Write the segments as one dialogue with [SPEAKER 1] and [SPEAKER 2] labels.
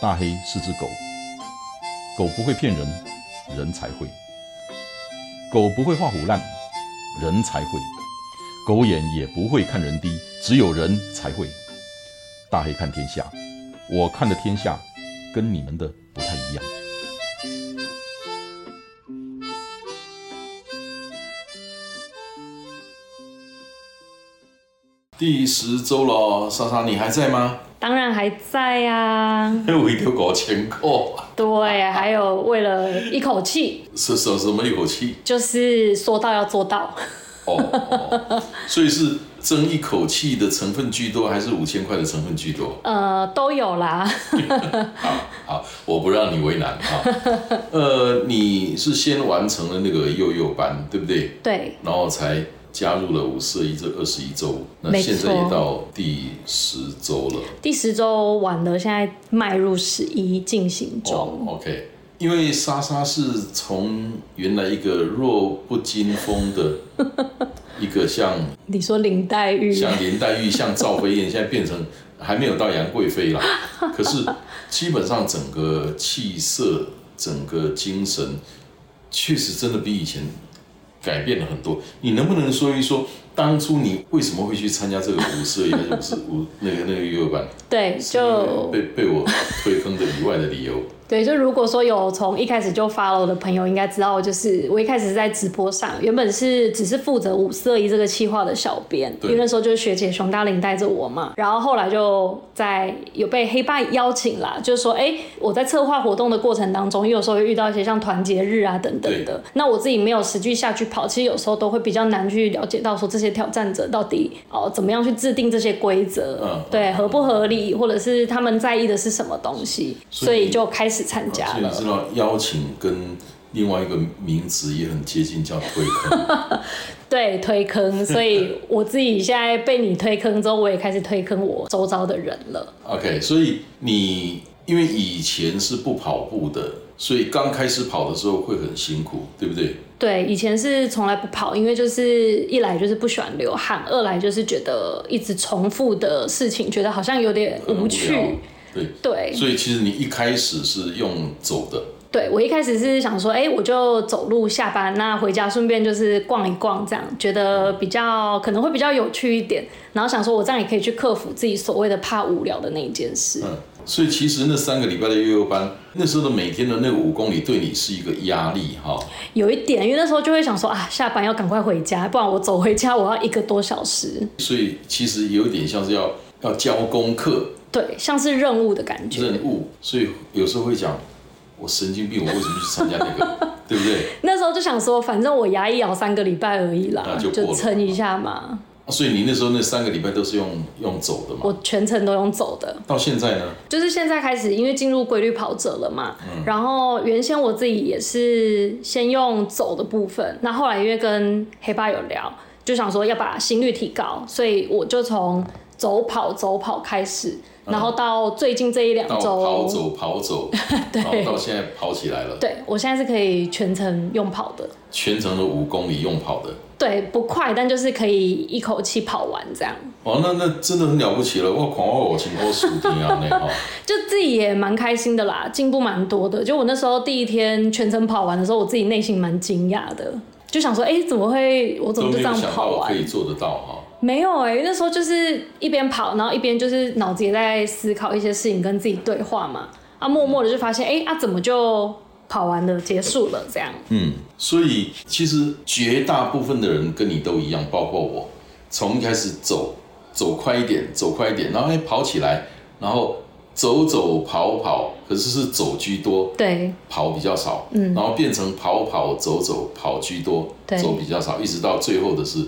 [SPEAKER 1] 大黑是只狗，狗不会骗人，人才会；狗不会画虎烂，人才会；狗眼也不会看人低，只有人才会。大黑看天下，我看的天下跟你们的不太一样。
[SPEAKER 2] 第十周了，莎莎，你还在吗？
[SPEAKER 3] 当然还在呀、啊，
[SPEAKER 2] 我一条狗钱够，
[SPEAKER 3] 对，还有为了一口气，
[SPEAKER 2] 是什什么一口气？
[SPEAKER 3] 就是说到要做到，
[SPEAKER 2] 哦，哦所以是争一口气的成分居多，还是五千块的成分居多？
[SPEAKER 3] 呃，都有啦。
[SPEAKER 2] 好，好，我不让你为难啊。呃，你是先完成了那个幼幼班，对不对？
[SPEAKER 3] 对，
[SPEAKER 2] 然后才加入了五四一这二十一周，那
[SPEAKER 3] 没错
[SPEAKER 2] 现在也到第十周了。
[SPEAKER 3] 第十周完了，现在迈入十一进行中。
[SPEAKER 2] 哦、OK，因为莎莎是从原来一个弱不禁风的一个像
[SPEAKER 3] 你说林黛玉，
[SPEAKER 2] 像林黛玉、像赵飞燕，现在变成还没有到杨贵妃啦。可是基本上整个气色、整个精神，确实真的比以前改变了很多。你能不能说一说，当初你为什么会去参加这个舞社，也就是 舞舞那个那个育儿班？
[SPEAKER 3] 对，就
[SPEAKER 2] 被被我推坑的以外的理由。
[SPEAKER 3] 对，就如果说有从一开始就 follow 的朋友，应该知道，就是我一开始是在直播上，原本是只是负责五四二一这个企划的小编，
[SPEAKER 2] 对
[SPEAKER 3] 因为那时候就是学姐熊大林带着我嘛，然后后来就在有被黑爸邀请啦，就是说，哎，我在策划活动的过程当中，也有时候会遇到一些像团结日啊等等的，那我自己没有实际下去跑，其实有时候都会比较难去了解到说这些挑战者到底哦怎么样去制定这些规则，
[SPEAKER 2] 嗯
[SPEAKER 3] 对，合不合理，或者是他们在意的是什么东西，
[SPEAKER 2] 所
[SPEAKER 3] 所
[SPEAKER 2] 以哦
[SPEAKER 3] 以就开始参加
[SPEAKER 2] 所以
[SPEAKER 3] 了
[SPEAKER 2] 你。知道邀请跟另外一个名词也很接近，叫推坑。
[SPEAKER 3] 对推坑，所以我自己现在被你推坑之后，我也开始推坑我周遭的人了。
[SPEAKER 2] OK，所以你因为以前是不跑步的，所以刚开始跑的时候会很辛苦，对不对？
[SPEAKER 3] 对，以前是从来不跑，因为就是一来就是不喜欢流汗，二来就是觉得一直重复的事情，觉得好像有点
[SPEAKER 2] 很
[SPEAKER 3] 无
[SPEAKER 2] 无聊
[SPEAKER 3] 趣。
[SPEAKER 2] 对，
[SPEAKER 3] 对，
[SPEAKER 2] 所以其实你一开始是用走的，
[SPEAKER 3] 对我一开始是想说，哎、我就走路下班，那回家顺便就是逛一逛，这样觉得比较可能会比较有趣一点。然后想说，我这样也可以去克服自己所谓的怕无聊的那一件事。
[SPEAKER 2] 嗯，所以其实那三个礼拜的悠悠班，那时候的每天的那个五公里对你是一个压力哈、
[SPEAKER 3] 有一点，因为那时候就会想说啊，下班要赶快回家，不然我走回家我要一个多小时。
[SPEAKER 2] 所以其实有点像是要要交功课，
[SPEAKER 3] 对，像是任务的感觉。
[SPEAKER 2] 任务，所以有时候会讲，我神经病，我为什么去参加那个，对不对？
[SPEAKER 3] 那时候就想说，反正我牙一咬三个礼拜而已啦
[SPEAKER 2] 那，就
[SPEAKER 3] 就
[SPEAKER 2] 过了
[SPEAKER 3] 撑一下嘛。
[SPEAKER 2] 啊所以你那时候那三个礼拜都是用用走的嘛？
[SPEAKER 3] 我全程都用走的，
[SPEAKER 2] 到现在呢？
[SPEAKER 3] 就是现在开始，因为进入规律跑者了嘛。
[SPEAKER 2] 嗯
[SPEAKER 3] 然后原先我自己也是先用走的部分，那后来因为跟黑爸有聊，就想说要把心率提高，所以我就从走跑走跑开始，然后到最近这一两
[SPEAKER 2] 嗯到
[SPEAKER 3] 周
[SPEAKER 2] 跑走跑走，然后到现在跑起来了，
[SPEAKER 3] 对我现在是可以全程用跑的，
[SPEAKER 2] 全程的五公里用跑的。
[SPEAKER 3] 对，不快，但就是可以一口气跑完这样，
[SPEAKER 2] 哦，那那真的很了不起了，我狂我请我数天 啊那哈，
[SPEAKER 3] 就自己也蛮开心的啦，进步蛮多的。就我那时候第一天全程跑完的时候，我自己内心蛮惊讶的，就想说，哎、怎么会，我怎
[SPEAKER 2] 都
[SPEAKER 3] 么就
[SPEAKER 2] 没
[SPEAKER 3] 这
[SPEAKER 2] 有
[SPEAKER 3] 样
[SPEAKER 2] 想到
[SPEAKER 3] 跑
[SPEAKER 2] 我
[SPEAKER 3] 完
[SPEAKER 2] 可？以做得到哈。
[SPEAKER 3] 没有哎、那时候就是一边跑，然后一边就是脑子也在思考一些事情，跟自己对话嘛。啊，默默的就发现，哎、啊，怎么就跑完了，结束了这样？
[SPEAKER 2] 嗯，所以其实绝大部分的人跟你都一样，包括我，从一开始走走快一点，走快一点，然后哎跑起来，然后走走跑跑，可是是走居多，
[SPEAKER 3] 对，
[SPEAKER 2] 跑比较少，嗯，然后变成跑跑走走跑居多，
[SPEAKER 3] 对
[SPEAKER 2] 走比较少，一直到最后的是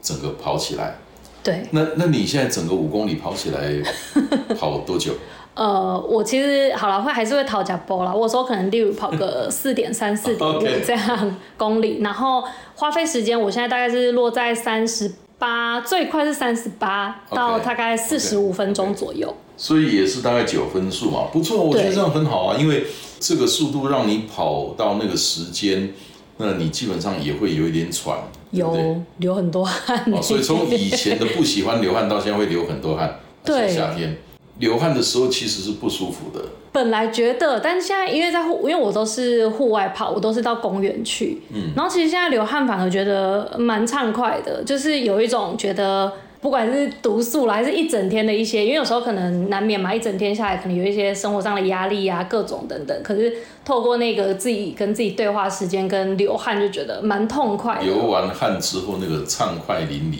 [SPEAKER 2] 整个跑起来。
[SPEAKER 3] 对。
[SPEAKER 2] 那那你现在整个五公里跑起来 跑多久？
[SPEAKER 3] 呃，我其实好了，会还是会讨价包啦。我有时候可能例如跑 个四点三、四点
[SPEAKER 2] 哦 OK
[SPEAKER 3] 五这样公里，然后花费时间，我现在大概是落在三十八，最快是三十八
[SPEAKER 2] OK，
[SPEAKER 3] 到大概
[SPEAKER 2] OK，
[SPEAKER 3] 四十五分
[SPEAKER 2] OK
[SPEAKER 3] 钟左右。
[SPEAKER 2] 所以也是大概九分数嘛，不错，我觉得
[SPEAKER 3] 对
[SPEAKER 2] 这样很好啊，因为这个速度让你跑到那个时间，那你基本上也会有一点喘，对不对哦
[SPEAKER 3] 有流很多汗、
[SPEAKER 2] 哦，所以从以前的不喜欢流汗到现在会流很多汗，而且
[SPEAKER 3] 对
[SPEAKER 2] 夏天流汗的时候其实是不舒服的。
[SPEAKER 3] 本来觉得，但现在因为在户，因为我都是户外跑，我都是到公园去，嗯，然后其实现在流汗反而觉得蛮畅快的，就是有一种觉得。不管是毒素啦，还是一整天的一些，因为有时候可能难免嘛，一整天下来可能有一些生活上的压力啊，各种等等。可是透过那个自己跟自己对话时间跟流汗，就觉得蛮痛快的。
[SPEAKER 2] 流完汗之后，那个畅快淋漓。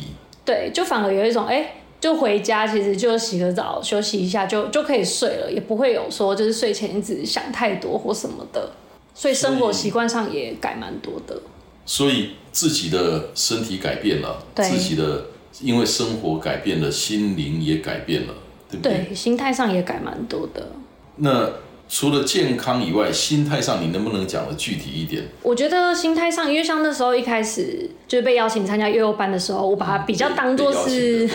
[SPEAKER 3] 对，就反而有一种哎、就回家其实就洗个澡，休息一下就就可以睡了，也不会有说就是睡前一直想太多或什么的。所以生活习惯上也改蛮多的。
[SPEAKER 2] 所以自己的身体改变了，
[SPEAKER 3] 对
[SPEAKER 2] 自己的因为生活改变了，心灵也改变了，对不
[SPEAKER 3] 对，心态上也改蛮多的。
[SPEAKER 2] 那除了健康以外，心态上你能不能讲的具体一点？
[SPEAKER 3] 我觉得心态上，因为像那时候一开始就是被邀请参加幼幼班的时候，我把它比较当做是
[SPEAKER 2] 被邀请的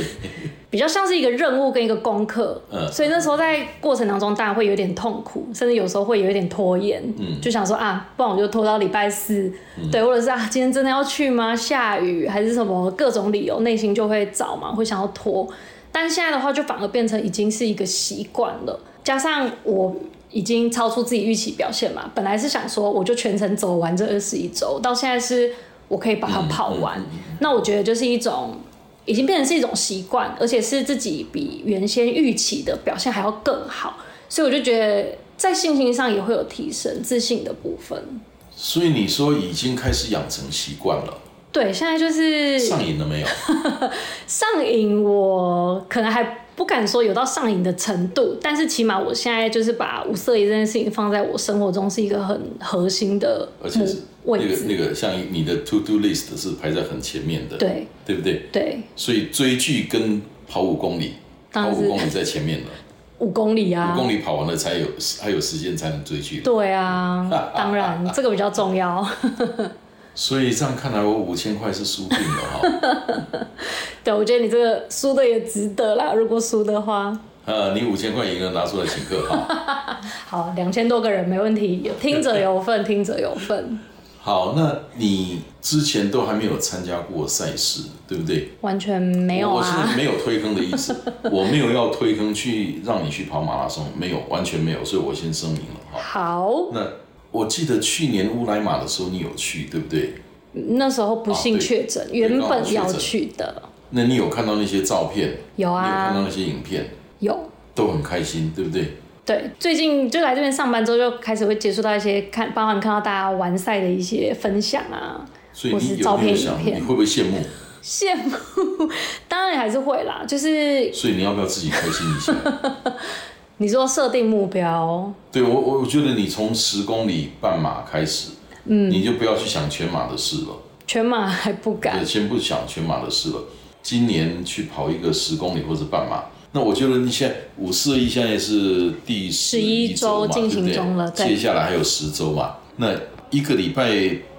[SPEAKER 3] 比较像是一个任务跟一个功课，
[SPEAKER 2] 嗯
[SPEAKER 3] 所以那时候在过程当中当然会有点痛苦，甚至有时候会有一点拖延，嗯，就想说啊，不然我就拖到礼拜四，对，或者是啊，今天真的要去吗？下雨还是什么各种理由，内心就会找嘛，会想要拖。但现在的话，就反而变成已经是一个习惯了，加上我。已经超出自己预期表现嘛，本来是想说我就全程走完这二十一周，到现在是我可以把它跑完，那我觉得就是一种已经变成是一种习惯，而且是自己比原先预期的表现还要更好，所以我就觉得在信心上也会有提升，自信的部分。
[SPEAKER 2] 所以你说已经开始养成习惯了，
[SPEAKER 3] 对，现在就是
[SPEAKER 2] 上瘾了 没有？
[SPEAKER 3] 上瘾，我可能还不敢说有到上瘾的程度，但是起码我现在就是把五色一这件事情放在我生活中是一个很核心的
[SPEAKER 2] 而且是
[SPEAKER 3] 目
[SPEAKER 2] 那
[SPEAKER 3] 位
[SPEAKER 2] 个
[SPEAKER 3] 置。
[SPEAKER 2] 那个，像你的 to do list 是排在很前面的，
[SPEAKER 3] 对
[SPEAKER 2] 对不对？
[SPEAKER 3] 对，
[SPEAKER 2] 所以追剧跟跑五公里，跑
[SPEAKER 3] 当然是
[SPEAKER 2] 五公里在前面了，
[SPEAKER 3] 五公里
[SPEAKER 2] 五
[SPEAKER 3] 啊，
[SPEAKER 2] 公里跑完了才有还有时间才能追剧。
[SPEAKER 3] 对啊，当然这个比较 重要。
[SPEAKER 2] 所以这样看来，我五千块是输定 了哈。
[SPEAKER 3] 对，我觉得你这个输的也值得啦，如果输的话。
[SPEAKER 2] 呃，你五千块赢了，拿出来请客哈。
[SPEAKER 3] 好，两千多个人没问题，有听者有份，听者有份，
[SPEAKER 2] 好，那你之前都还没有参加过赛事，对不对？
[SPEAKER 3] 完全没有
[SPEAKER 2] 我
[SPEAKER 3] 啊
[SPEAKER 2] 是。没有推坑的意 思，我没有要推坑去让你去跑马拉松，没有，完全没有，所以我先声明了哈。
[SPEAKER 3] 好，
[SPEAKER 2] 那我记得去年乌来马的时候你有去，对不对？
[SPEAKER 3] 那时候不
[SPEAKER 2] 啊
[SPEAKER 3] 幸
[SPEAKER 2] 对
[SPEAKER 3] 确诊，
[SPEAKER 2] 对
[SPEAKER 3] 原
[SPEAKER 2] 刚好
[SPEAKER 3] 本
[SPEAKER 2] 确
[SPEAKER 3] 要
[SPEAKER 2] 诊
[SPEAKER 3] 去的，
[SPEAKER 2] 那你有看到那些照片，
[SPEAKER 3] 有
[SPEAKER 2] 你有看到
[SPEAKER 3] 啊，
[SPEAKER 2] 那些影片，
[SPEAKER 3] 有。
[SPEAKER 2] 都很开心，对不对？
[SPEAKER 3] 对，最近就来这边上班之后，就开始会接触到一些看，包含看到大家完赛的一些分享啊，
[SPEAKER 2] 所以
[SPEAKER 3] 或
[SPEAKER 2] 你
[SPEAKER 3] 是
[SPEAKER 2] 有
[SPEAKER 3] 照
[SPEAKER 2] 没有
[SPEAKER 3] 片、影
[SPEAKER 2] 想，你
[SPEAKER 3] 片
[SPEAKER 2] 会，不会羡慕？
[SPEAKER 3] 羡慕， 当然还是会啦。就是
[SPEAKER 2] 所以你要不要自己开心一下？
[SPEAKER 3] 你说设定目标，
[SPEAKER 2] 对我，我我觉得你从十公里半马开始，嗯，你就不要去想全马的事了，
[SPEAKER 3] 全马还不敢
[SPEAKER 2] 对，，先不想全马的事了。今年去跑一个十公里或者半马，那我觉得你现在五四一现在是第
[SPEAKER 3] 11
[SPEAKER 2] 周嘛
[SPEAKER 3] 周进行
[SPEAKER 2] 对不对
[SPEAKER 3] 中了对
[SPEAKER 2] 接下来还有十周嘛，那一个礼拜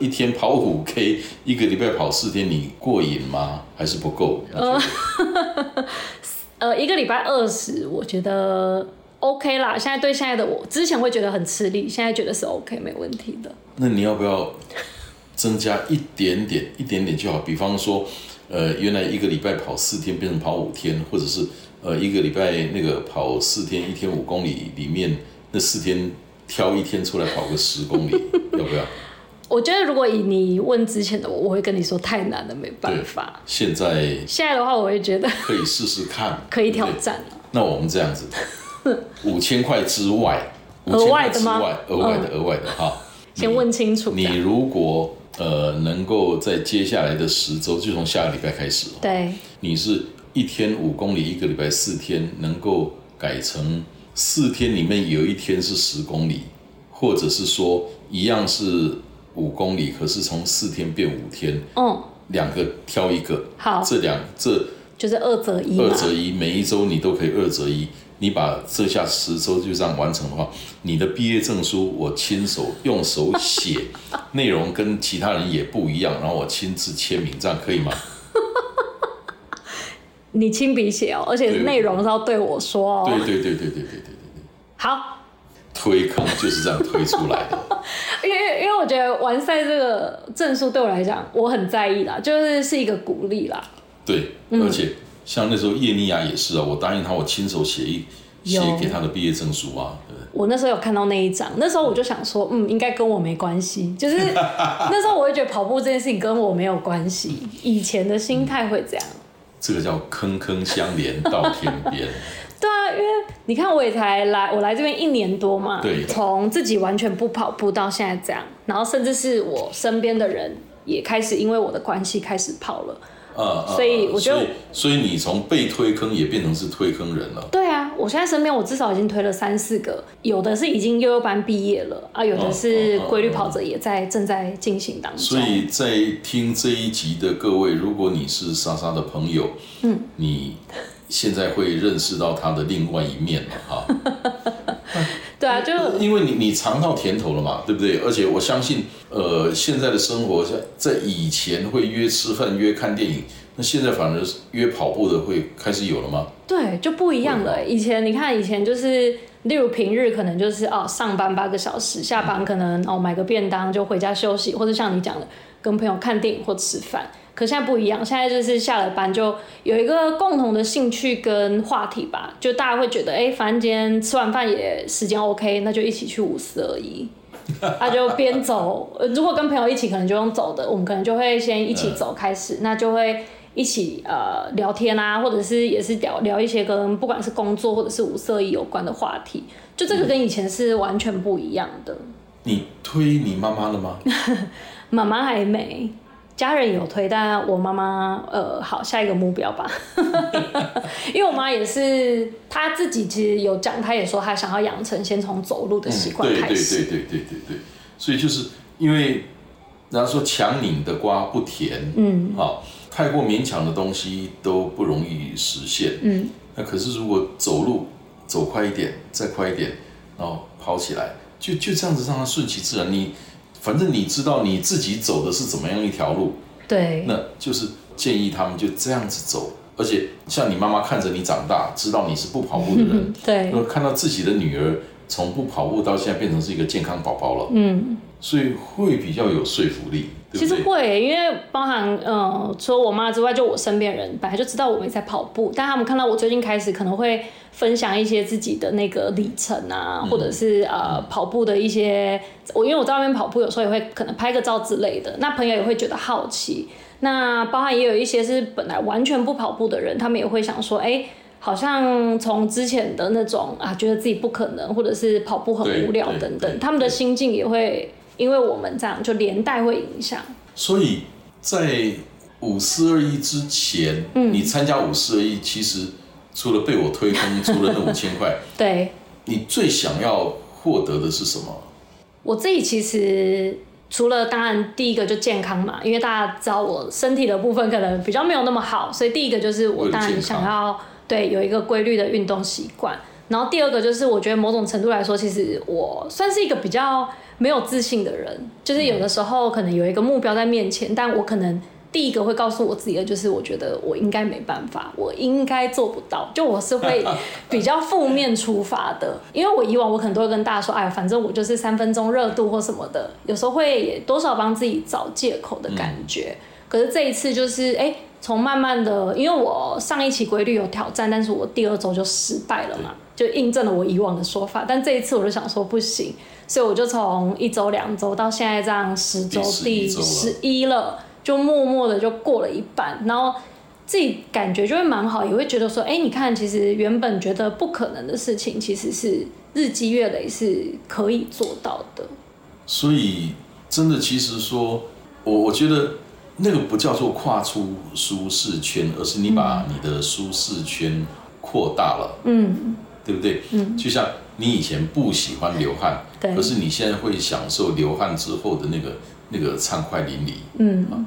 [SPEAKER 2] 一天跑五 K，一个礼拜跑四天，你过瘾吗？还是不够？嗯
[SPEAKER 3] 呃，一个礼拜二十，我觉得 OK 啦。现在对现在的我，之前会觉得很吃力，现在觉得是 OK 没问题的。
[SPEAKER 2] 那你要不要增加一点点，一点点就好？比方说，呃，原来一个礼拜跑四天，变成跑五天，或者是呃，一个礼拜那个跑四天，一天五公里里面那四天挑一天出来跑个十公 里，要不要？
[SPEAKER 3] 我觉得如果以你问之前的我，我会跟你说太难了，没办法。
[SPEAKER 2] 现在
[SPEAKER 3] 现在的话，我会觉得
[SPEAKER 2] 可以试试看，
[SPEAKER 3] 可以
[SPEAKER 2] 对不
[SPEAKER 3] 挑
[SPEAKER 2] 对。
[SPEAKER 3] 战了。
[SPEAKER 2] 那我们这 样子，五千块之外，五
[SPEAKER 3] 额
[SPEAKER 2] 千
[SPEAKER 3] 外
[SPEAKER 2] 块
[SPEAKER 3] 的
[SPEAKER 2] 之
[SPEAKER 3] 吗嗯
[SPEAKER 2] 外，额外的，额外的哈。
[SPEAKER 3] 先问清楚这
[SPEAKER 2] 你
[SPEAKER 3] 样。
[SPEAKER 2] 如果呃能够在接下来的十周，就从下个礼拜开始哦，
[SPEAKER 3] 对，
[SPEAKER 2] 你是一天五公里，一个礼拜四天，能够改成四天里面有一天是十公里，或者是说一样是五公里，可是从四天变五天，
[SPEAKER 3] 嗯，
[SPEAKER 2] 两个挑一个，
[SPEAKER 3] 好，
[SPEAKER 2] 这两这
[SPEAKER 3] 就是二择一
[SPEAKER 2] 二
[SPEAKER 3] 嘛。
[SPEAKER 2] 择一，每一周你都可以二择一。你把这下十周就这样完成的话，你的毕业证书我亲手用手写，内容跟其他人也不一样，然后我亲自签名，这样可以吗？
[SPEAKER 3] 你亲笔写哦，而且
[SPEAKER 2] 对
[SPEAKER 3] 内容是要对我说
[SPEAKER 2] 对
[SPEAKER 3] 哦。
[SPEAKER 2] 对对对对对对对。
[SPEAKER 3] 好，
[SPEAKER 2] 推坑就是这样推出来 的。
[SPEAKER 3] 因为因为我觉得完赛这个证书对我来讲，我很在意啦，就是是一个鼓励啦。嗯
[SPEAKER 2] 对，而且像那时候叶尼亚也是啊，我答应他，我亲手写一写
[SPEAKER 3] 有
[SPEAKER 2] 给他的毕业证书啊，对不对？
[SPEAKER 3] 我那时候有看到那一张，那时候我就想说，嗯，应该跟我没关系。就是 那时候我会觉得跑步这件事情跟我没有关系，以前的心态会这样。
[SPEAKER 2] 这个叫坑坑相连到天 边，
[SPEAKER 3] 对啊，因为你看我也才来，我来这边一年多嘛，
[SPEAKER 2] 对
[SPEAKER 3] 从自己完全不跑步到现在这样，然后甚至是我身边的人也开始因为我的关系开始跑了。
[SPEAKER 2] 呃，呃
[SPEAKER 3] 所以我觉得
[SPEAKER 2] 所以所以你从被推坑也变成是推坑人了。
[SPEAKER 3] 对啊，我现在身边我至少已经推了三四个，有的是已经悠悠班毕业了啊，有的是
[SPEAKER 2] 哦哦哦
[SPEAKER 3] 规律跑者也在正在进行当中。
[SPEAKER 2] 所以在听这一集的各位，如果你是莎莎的朋友，嗯，你现在会认识到她的另外一面了哈。
[SPEAKER 3] 对啊，就
[SPEAKER 2] 因为你你尝到甜头了嘛，对不对？而且我相信，呃，现在的生活在在以前会约吃饭、约看电影，那现在反而是约跑步的会开始有了吗？
[SPEAKER 3] 对，啊就不一样了。以前你看，以前就是，例如平日可能就是哦，上班八个小时，下班可能哦买个便当就回家休息，或者像你讲的，跟朋友看电影或吃饭。可现在不一样，现在就是下了班就有一个共同的兴趣跟话题吧，就大家会觉得，哎，反正今天吃完饭也时间 OK，那就一起去五四而已。啊，就边走。呃如果跟朋友一起，可能就用走的，我们可能就会先一起走开始，那就会一起呃聊天啊，或者是也是聊聊一些跟不管是工作或者是五色一有关的话题。就这个跟以前是完全不一样的。
[SPEAKER 2] 你推你妈妈了吗？
[SPEAKER 3] 妈妈还没，家人有推，但我妈妈呃，好，下一个目标吧。 因为我妈也是，她自己其实有讲，她也说她想要养成先从走路的习
[SPEAKER 2] 嗯
[SPEAKER 3] 惯
[SPEAKER 2] 对对
[SPEAKER 3] 开
[SPEAKER 2] 对
[SPEAKER 3] 始。
[SPEAKER 2] 对对对对，所以就是因为人家说强拧的瓜不甜，嗯，好、太过勉强的东西都不容易实现，嗯，那可是如果走路走快一点，再快一点，然后跑起来，就就这样子让它顺其自然，你反正你知道你自己走的是怎么样一条路，
[SPEAKER 3] 对
[SPEAKER 2] 那就是建议他们就这样子走，而且像你妈妈看着你长大，知道你是不跑步的人，
[SPEAKER 3] 嗯对
[SPEAKER 2] 因为看到自己的女儿从不跑步到现在变成是一个健康宝宝了，嗯，所以会比较有说服力，对
[SPEAKER 3] 其实
[SPEAKER 2] 不对？
[SPEAKER 3] 会耶，因为包含嗯，除了我妈之外，就我身边人本来就知道我没在跑步，但他们看到我最近开始，可能会分享一些自己的那个里程啊，
[SPEAKER 2] 嗯
[SPEAKER 3] 或者是呃跑步的一些，我因为我在外面跑步，有时候也会可能拍个照之类的，那朋友也会觉得好奇。那包含也有一些是本来完全不跑步的人，他们也会想说，哎、好像从之前的那种啊，觉得自己不可能，或者是跑步很
[SPEAKER 2] 对
[SPEAKER 3] 无聊
[SPEAKER 2] 对
[SPEAKER 3] 等
[SPEAKER 2] 对
[SPEAKER 3] 等，他们的
[SPEAKER 2] 对
[SPEAKER 3] 心境也会因为我们这样就连带会影响。
[SPEAKER 2] 所以在五四二一之前，
[SPEAKER 3] 嗯
[SPEAKER 2] 你参加五四二一，其实除了被我推坑，除了那五千块，
[SPEAKER 3] 对
[SPEAKER 2] 你最想要获得的是什么？
[SPEAKER 3] 我自己其实除了当然第一个就健康嘛，因为大家知道我身体的部分可能比较没有那么好，所以第一个就是我当
[SPEAKER 2] 为了
[SPEAKER 3] 然
[SPEAKER 2] 健康
[SPEAKER 3] 想要对有一个规律的运动习惯。然后第二个就是，我觉得某种程度来说，其实我算是一个比较没有自信的人，就是有的时候可能有一个目标在面前，但我可能第一个会告诉我自己的就是，我觉得我应该没办法，我应该做不到，就我是 会比较负面出发的，因为我以往我可能都会跟大家说，哎，反正我就是三分钟热度或什么的，有时候会也多少帮自己找借口的感
[SPEAKER 2] 嗯
[SPEAKER 3] 觉。可是这一次就是，哎、从慢慢的，因为我上一期规律有挑战，但是我第二周就失败了嘛，就印证了我以往的说法。但这一次我就想说不行，所以我就从一周、两周到现在这样十周、
[SPEAKER 2] 第
[SPEAKER 3] 第
[SPEAKER 2] 11周
[SPEAKER 3] 十
[SPEAKER 2] 了
[SPEAKER 3] 一了，就默默的就过了一半，然后自己感觉就会蛮好，也会觉得说，哎、你看，其实原本觉得不可能的事情，其实是日积月累是可以做到的。
[SPEAKER 2] 所以真的，其实说，我我觉得那个不叫做跨出舒适圈，而是你把你的舒适圈扩大了，嗯，对不对？嗯，就像你以前不喜欢流汗，
[SPEAKER 3] 对
[SPEAKER 2] 可是你现在会享受流汗之后的那个那个畅快淋漓，嗯、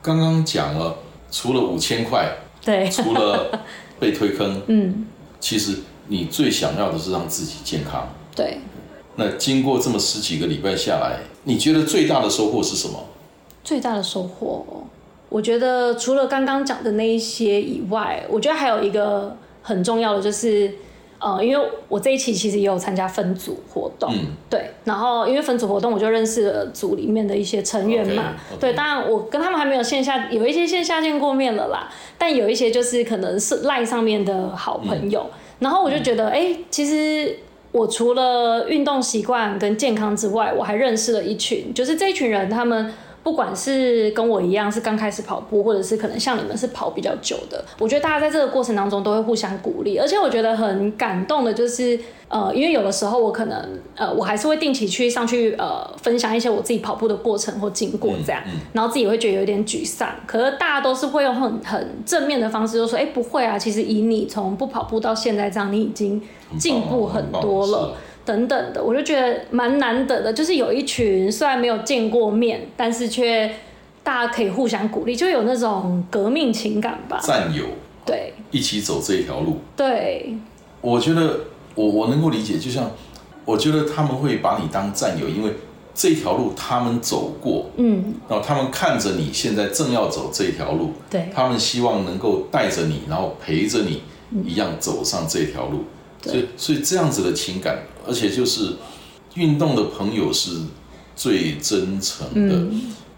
[SPEAKER 2] 刚刚讲了，除了五千块，
[SPEAKER 3] 对，
[SPEAKER 2] 除了被推坑，嗯，其实你最想要的是让自己健康，
[SPEAKER 3] 对。
[SPEAKER 2] 那经过这么十几个礼拜下来，你觉得最大的收获是什么？
[SPEAKER 3] 最大的收获，我觉得除了刚刚讲的那一些以外，我觉得还有一个很重要的就是，呃，因为我这一期其实也有参加分组活动，
[SPEAKER 2] 嗯
[SPEAKER 3] 对，然后因为分组活动，我就认识了组里面的一些成员嘛
[SPEAKER 2] OK，OK
[SPEAKER 3] 对，当然我跟他们还没有线下，
[SPEAKER 2] 嗯
[SPEAKER 3] 有一些线下见过面了啦，但有一些就是可能是赖上面的好朋友。然后我就觉得，哎、其实我除了运动习惯跟健康之外，我还认识了一群，就是这一群人，他们不管是跟我一样是刚开始跑步，或者是可能像你们是跑比较久的，我觉得大家在这个过程当中都会互相鼓励，而且我觉得很感动的就是，呃，因为有的时候我可能呃，我还是会定期去上去呃分享一些我自己跑步的过程或经过这样，然后自己会觉得有点沮丧，可是大家都是会用很很正面的方式，就说，哎、不会啊，其实以你从不跑步到现在这样，你已经
[SPEAKER 2] 啊
[SPEAKER 3] 进步很多了。等等的，我就觉得蛮难得的，就是有一群虽然没有见过面，但是却大家可以互相鼓励，就有那种革命情感吧。
[SPEAKER 2] 战友
[SPEAKER 3] 对
[SPEAKER 2] 一起走这一条路，
[SPEAKER 3] 对，
[SPEAKER 2] 我觉得我我能够理解，就像我觉得他们会把你当战友，因为这条路他们走过，
[SPEAKER 3] 嗯，
[SPEAKER 2] 然后他们看着你现在正要走这条路，
[SPEAKER 3] 对
[SPEAKER 2] 他们希望能够带着你，然后陪着你一样走上这条路。所以，所以这样子的情感，而且就是运动的朋友是最真诚的，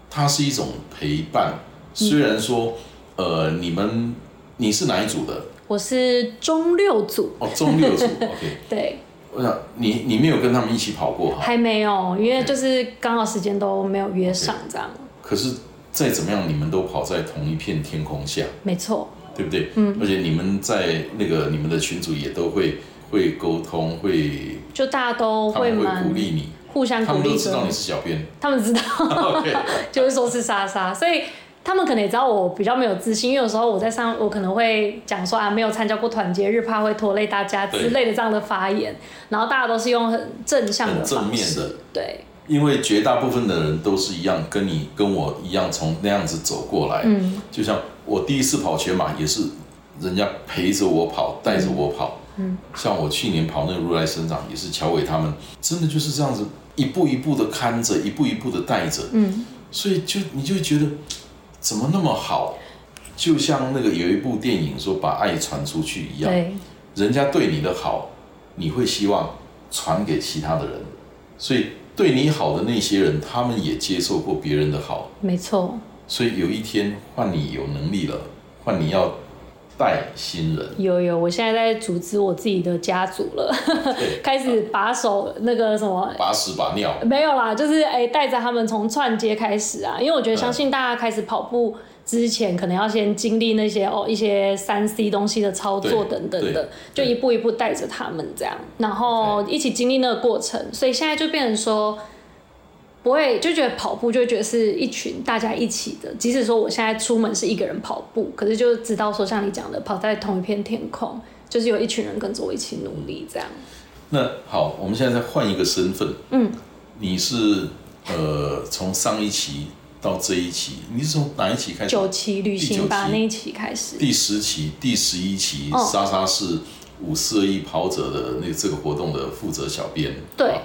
[SPEAKER 2] 它是一种陪伴。虽然说，呃，你们你是哪一组的？
[SPEAKER 3] 我是中六组，
[SPEAKER 2] 哦，中六组，OK。
[SPEAKER 3] 对，
[SPEAKER 2] 我想你你没有跟他们一起跑过哈，
[SPEAKER 3] 还没有，因为就是刚好时间都没有约上，这样，
[SPEAKER 2] 可是再怎么样，你们都跑在同一片天空下。
[SPEAKER 3] 没错，
[SPEAKER 2] 对不对？嗯，而且你们在那个你们的群组也都会会沟通，会
[SPEAKER 3] 就大家都
[SPEAKER 2] 他
[SPEAKER 3] 会
[SPEAKER 2] 们会
[SPEAKER 3] 蛮
[SPEAKER 2] 鼓励你，
[SPEAKER 3] 互相
[SPEAKER 2] 他
[SPEAKER 3] 鼓
[SPEAKER 2] 们都
[SPEAKER 3] 励
[SPEAKER 2] 知
[SPEAKER 3] 着
[SPEAKER 2] 道你，是小编。
[SPEAKER 3] 他们知道。
[SPEAKER 2] OK，
[SPEAKER 3] 就是说是莎莎，所以他们可能也知道我比较没有自信，因为有时候我在上，我可能会讲说啊，没有参加过团结日，怕会拖累大家之类的这样的发言，然后大家都是用很正向的
[SPEAKER 2] 很正
[SPEAKER 3] 方
[SPEAKER 2] 面
[SPEAKER 3] 式，
[SPEAKER 2] 的
[SPEAKER 3] 对，
[SPEAKER 2] 因为绝大部分的人都是一样，跟你跟我一样从那样子走过来。嗯，就像我第一次跑全马也是人家陪着我跑，带着我跑。嗯，像我去年跑那个如来生长，也是乔伟他们，真的就是这样子一步一步的看着，一步一步的带着。
[SPEAKER 3] 嗯，
[SPEAKER 2] 所以就你就会觉得怎么那么好，就像那个有一部电影说把爱传出去一样，
[SPEAKER 3] 对，
[SPEAKER 2] 人家对你的好，你会希望传给其他的人，所以对你好的那些人，他们也接受过别人的好，
[SPEAKER 3] 没错，
[SPEAKER 2] 所以有一天换你有能力了，换你要带新人，
[SPEAKER 3] 有有，我现在在组织我自己的家族了，
[SPEAKER 2] 对，
[SPEAKER 3] 开始把手那个什么
[SPEAKER 2] 把屎把尿，
[SPEAKER 3] 没有啦，就是哎，带、着他们从串街开始啊，因为我觉得相信大家开始跑步之前，可能要先经历那些哦一些三 C 东西的操作
[SPEAKER 2] 对
[SPEAKER 3] 等等的，就
[SPEAKER 2] 对
[SPEAKER 3] 一步一步带着他们这样，然后一起经历那个过程，所以现在就变成说。不会就觉得跑步就会觉得是一群大家一起的，即使说我现在出门是一个人跑步，可是就知道说像你讲的，跑在同一片天空，就是有一群人跟着我一起努力这样。
[SPEAKER 2] 那好，我们现在再换一个身份。嗯，你是呃，从上一期到这一期，你是从哪一期开始？
[SPEAKER 3] 九期旅行吧
[SPEAKER 2] 第九期
[SPEAKER 3] 那一期开始，
[SPEAKER 2] 第十期、第十一期，
[SPEAKER 3] 哦
[SPEAKER 2] 莎莎是五四二一跑者的那这个活动的负责小编。
[SPEAKER 3] 对
[SPEAKER 2] 啊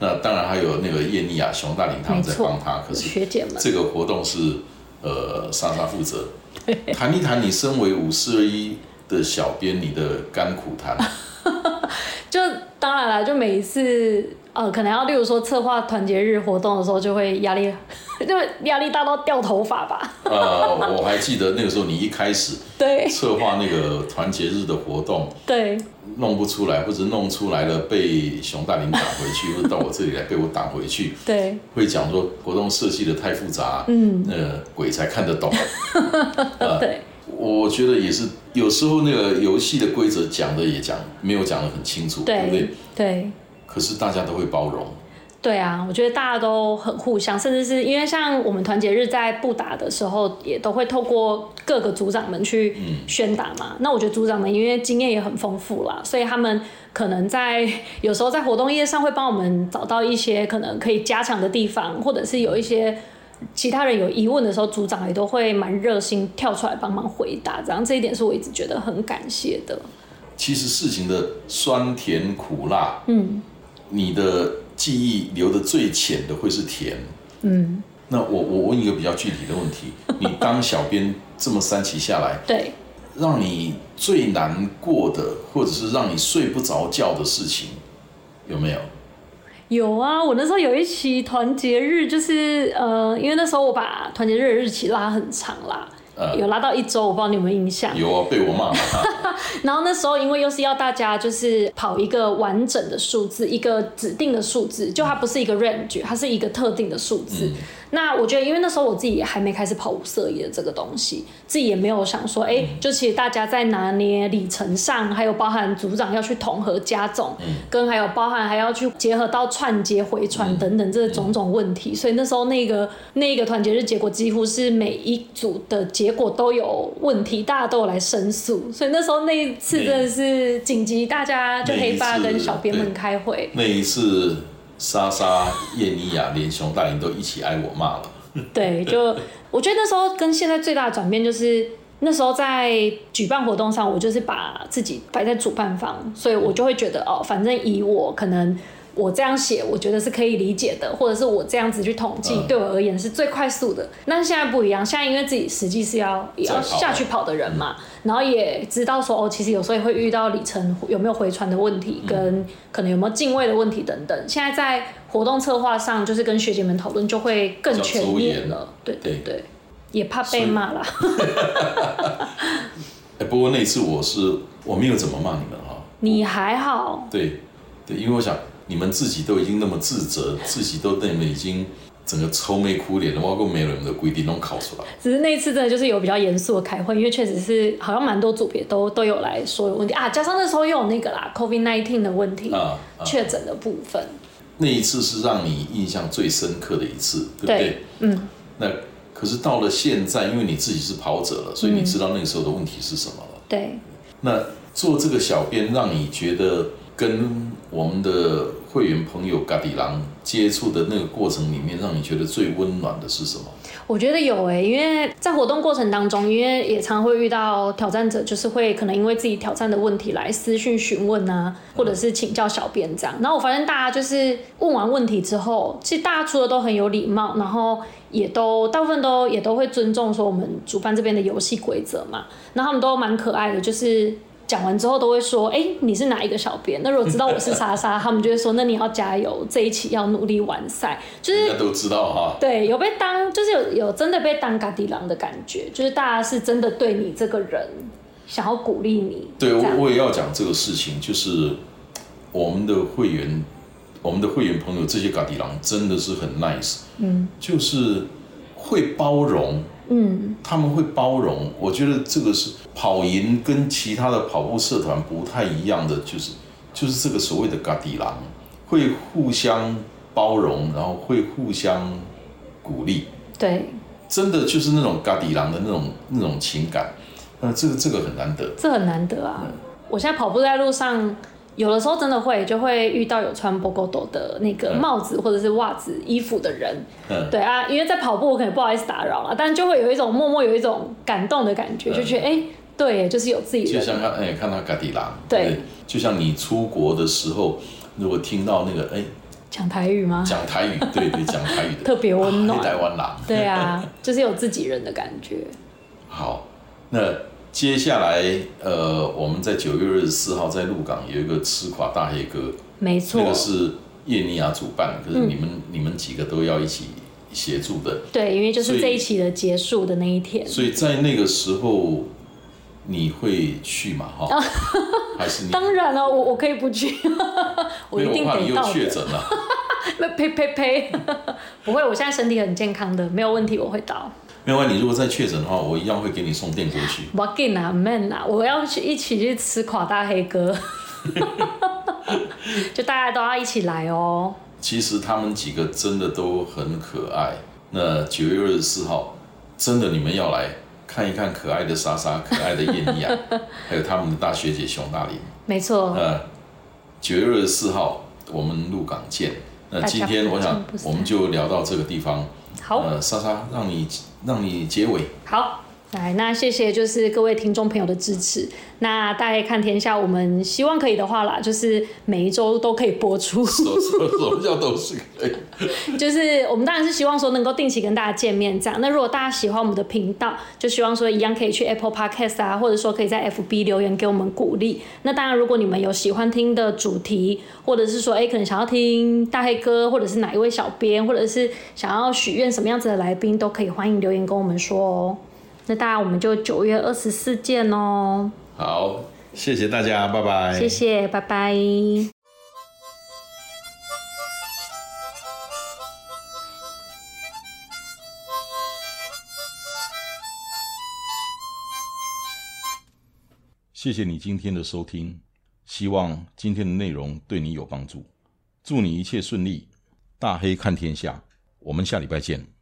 [SPEAKER 2] 那当然还有那个叶妮亚、熊大林他们在
[SPEAKER 3] 没错
[SPEAKER 2] 帮他，可是
[SPEAKER 3] 学姐们。
[SPEAKER 2] 这个活动是呃莎莎负责。谈一谈你身为五四二一的小编，你的甘苦谈。
[SPEAKER 3] 就当然了，就每一次呃，可能要例如说策划团结日活动的时候，就会压力， 就压力大到掉头发吧。
[SPEAKER 2] 呃，我还记得那个时候你一开始
[SPEAKER 3] 对
[SPEAKER 2] 策划那个团结日的活动，
[SPEAKER 3] 对，
[SPEAKER 2] 弄不出来，或者弄出来了被熊大林打回去，或者到我这里来被我打回去，
[SPEAKER 3] 对，
[SPEAKER 2] 会讲说活动设计的太复杂，嗯，呃，鬼才看得懂。呃
[SPEAKER 3] 对，
[SPEAKER 2] 我觉得也是，有时候那个游戏的规则讲的也讲没有讲的很清楚，对不
[SPEAKER 3] 对
[SPEAKER 2] 对？，
[SPEAKER 3] 对，
[SPEAKER 2] 可是大家都会包容，
[SPEAKER 3] 对啊，我觉得大家都很互相，甚至是因为像我们团结日在布达的时候，也都会透过各个组长们去宣达嘛。那我觉得组长们因为经验也很丰富啦，所以他们可能在 有时候在活动页上会帮我们找到一些可能可以加强的地方，或者是有一些。其他人有疑问的时候，组长也都会蛮热心跳出来帮忙回答，这样这一点是我一直觉得很感谢的。
[SPEAKER 2] 其实事情的酸甜苦辣，嗯，你的记忆留的最浅的会是甜，嗯。那我我问一个比较具体的问 题，你当小编这么三期下来，
[SPEAKER 3] 对，
[SPEAKER 2] 让你最难过的，或者是让你睡不着觉的事情，有没有？
[SPEAKER 3] 有啊，我那时候有一期团结日，就是呃，因为那时候我把团结日的日期拉很长啦，有拉到一周，我不知道你有没有印象。
[SPEAKER 2] 有啊，被我骂嘛。
[SPEAKER 3] 然后那时候因为又是要大家就是跑一个完整的数字，一个指定的数字，就它不是一个 range，它是一个特定的数字。那我觉得，因为那时候我自己也还没开始跑五色野这个东西，自己也没有想说，哎、就其实大家在拿捏里程上，还有包含组长要去统合加总，跟还有包含还要去结合到串接回传等等这种种问题，所以那时候那个那个团结日结果几乎是每一组的结果都有问题，大家都有来申诉，所以那时候那一次真的是紧急，大家就黑爸跟小编们开会，
[SPEAKER 2] 那一次，莎莎、叶妮雅连熊大林都一起挨我骂了。
[SPEAKER 3] 对，就我觉得那时候跟现在最大的转变就是，那时候在举办活动上，我就是把自己摆在主办方，所以我就会觉得哦，反正以我可能。我这样写，我觉得是可以理解的，或者是我这样子去统计，
[SPEAKER 2] 嗯
[SPEAKER 3] 对我而言是最快速的。那现在不一样，现在因为自己实际是要也要
[SPEAKER 2] 在跑
[SPEAKER 3] 下去跑的人嘛，然后也知道说哦，其实有时候也会遇到里程有没有回传的问题，跟可能有没有进位的问题等等。现在在活动策划上，就是跟学姐们讨论就会更
[SPEAKER 2] 比较
[SPEAKER 3] 全
[SPEAKER 2] 周
[SPEAKER 3] 面
[SPEAKER 2] 延啊
[SPEAKER 3] 了。对对
[SPEAKER 2] 对
[SPEAKER 3] 对，也怕被骂啦。
[SPEAKER 2] 哎，不过那次我是我没有怎么骂你们哈。
[SPEAKER 3] 你还好，
[SPEAKER 2] 对，对，因为我想你们自己都已经那么自责，自己都那么已经整个愁眉苦脸了，包括没有人的规定都考出来。
[SPEAKER 3] 只是那一次真的就是有比较严肃的开会，因为确实是好像蛮多组别都都有来说有问题啊，加上那时候又有那个啦，COVID nineteen 的问题，
[SPEAKER 2] 啊啊
[SPEAKER 3] 确诊的部分，
[SPEAKER 2] 那一次是让你印象最深刻的一次，对不对？
[SPEAKER 3] 对嗯，
[SPEAKER 2] 那可是到了现在，因为你自己是跑者了，所以你知道那个时候的问题是什么了。
[SPEAKER 3] 对，
[SPEAKER 2] 那做这个小编，让你觉得跟我们的会员朋友嘎迪郎接触的那个过程里面，让你觉得最温暖的是什么？
[SPEAKER 3] 我觉得有诶、因为在活动过程当中，因为也常会遇到挑战者，就是会可能因为自己挑战的问题来私讯询问啊，或者是请教小编这样。然后我发现大家就是问完问题之后，其实大家除了都很有礼貌，然后也都大部分都也都会尊重说我们主办这边的游戏规则嘛，然后他们都蛮可爱的，就是。讲完之后都会说，哎、你是哪一个小编？那如果知道我是莎莎，他们就会说，那你要加油，这一期要努力完赛。就是
[SPEAKER 2] 大家都知道哈。
[SPEAKER 3] 对，有被当，就是有有真的被当嘎迪郎的感觉，就是大家是真的对你这个人想要鼓励你。
[SPEAKER 2] 对，
[SPEAKER 3] 这样
[SPEAKER 2] 我我也要讲这个事情，就是我们的会员，我们的会员朋友这些嘎迪郎真的是很 nice，嗯，就是会包容，嗯，他们会包容，我觉得这个是跑赢跟其他的跑步社团不太一样的，就是就是这个所谓的嘎迪郎会互相包容，然后会互相鼓励，
[SPEAKER 3] 对，
[SPEAKER 2] 真的就是那种嘎迪郎的那种那种情感，那这个这个很难得。
[SPEAKER 3] 这很难得啊！
[SPEAKER 2] 嗯
[SPEAKER 3] 我现在跑步在路上，有的时候真的会就会遇到有穿 b o g o d o 的那个帽子或者是袜子、衣服的人。
[SPEAKER 2] 嗯
[SPEAKER 3] 对啊，因为在跑步，我可能不好意思打扰了，但就会有一种默默有一种感动的感觉，就觉得哎、诶对，就是有自己
[SPEAKER 2] 嗯就
[SPEAKER 3] 人。
[SPEAKER 2] 像看哎，看到嘎迪拉，
[SPEAKER 3] 对，
[SPEAKER 2] 就像你出国的时候，如果听到那个哎
[SPEAKER 3] 讲台语吗？
[SPEAKER 2] 讲台 语，对对，讲台语的，
[SPEAKER 3] 特别温暖
[SPEAKER 2] 啊你台湾啦。
[SPEAKER 3] 对啊，就是有自己人的感觉。
[SPEAKER 2] 好，那接下来呃，我们在九月二十四号在鹿港有一个吃垮大黑哥，
[SPEAKER 3] 没错，嗯
[SPEAKER 2] 那个是叶尼亚主办，可是你们、你们几个都要一起协助的，
[SPEAKER 3] 对，因为就
[SPEAKER 2] 所
[SPEAKER 3] 是
[SPEAKER 2] 以
[SPEAKER 3] 这一期的结束的那一天，
[SPEAKER 2] 所以在那个时候你会去吗？哈， 还是你？
[SPEAKER 3] 当然了，我我可以不 去，我
[SPEAKER 2] 没
[SPEAKER 3] 一
[SPEAKER 2] 有，
[SPEAKER 3] 定
[SPEAKER 2] 怕你
[SPEAKER 3] 得
[SPEAKER 2] 又
[SPEAKER 3] 到
[SPEAKER 2] 确
[SPEAKER 3] 的。
[SPEAKER 2] 诊了。
[SPEAKER 3] 呸呸呸！ 不会，我现在身体很健康的，没有问题，我会到。
[SPEAKER 2] 另啊外，你如果再确诊的话，我一样会给你送电锅去。
[SPEAKER 3] 我给拿 man 啊，我要去一起去吃垮大黑哥， 就大家都要一起来哦。
[SPEAKER 2] 其实他们几个真的都很可爱。那九月二十四号，真的你们要来看一看可爱的莎莎、可爱的燕妮 啊，还有他们的大学姐熊大林。
[SPEAKER 3] 没错，
[SPEAKER 2] 呃，九月二十四号我们鹿港见。那
[SPEAKER 3] 大家
[SPEAKER 2] 今天
[SPEAKER 3] 不
[SPEAKER 2] 我想
[SPEAKER 3] 见不散
[SPEAKER 2] 我们就聊到这个地方。
[SPEAKER 3] 好。
[SPEAKER 2] 呃，莎莎，让你让你结尾。
[SPEAKER 3] 好，来，那谢谢就是各位听众朋友的支持。那大家看天下，我们希望可以的话啦，就是每一周都可以播出。
[SPEAKER 2] 什么什么什么叫都 是可以？
[SPEAKER 3] 就是我们当然是希望说能够定期跟大家见面这样。那如果大家喜欢我们的频道，就希望说一样可以去 Apple Podcast 啊，或者说可以在 FB 留言给我们鼓励。那当然，如果你们有喜欢听的主题，或者是说哎、诶可能想要听大黑哥，或者是哪一位小编，或者是想要许愿什么样子的来宾，都可以欢迎留言跟我们说哦。那大家我们就九月二十四见哦，
[SPEAKER 4] 好，谢谢大家，拜拜。
[SPEAKER 3] 谢谢，拜拜。
[SPEAKER 2] 谢谢你今天的收听，希望今天的内容对你有帮助。祝你一切顺利，大黑看天下。我们下礼拜见。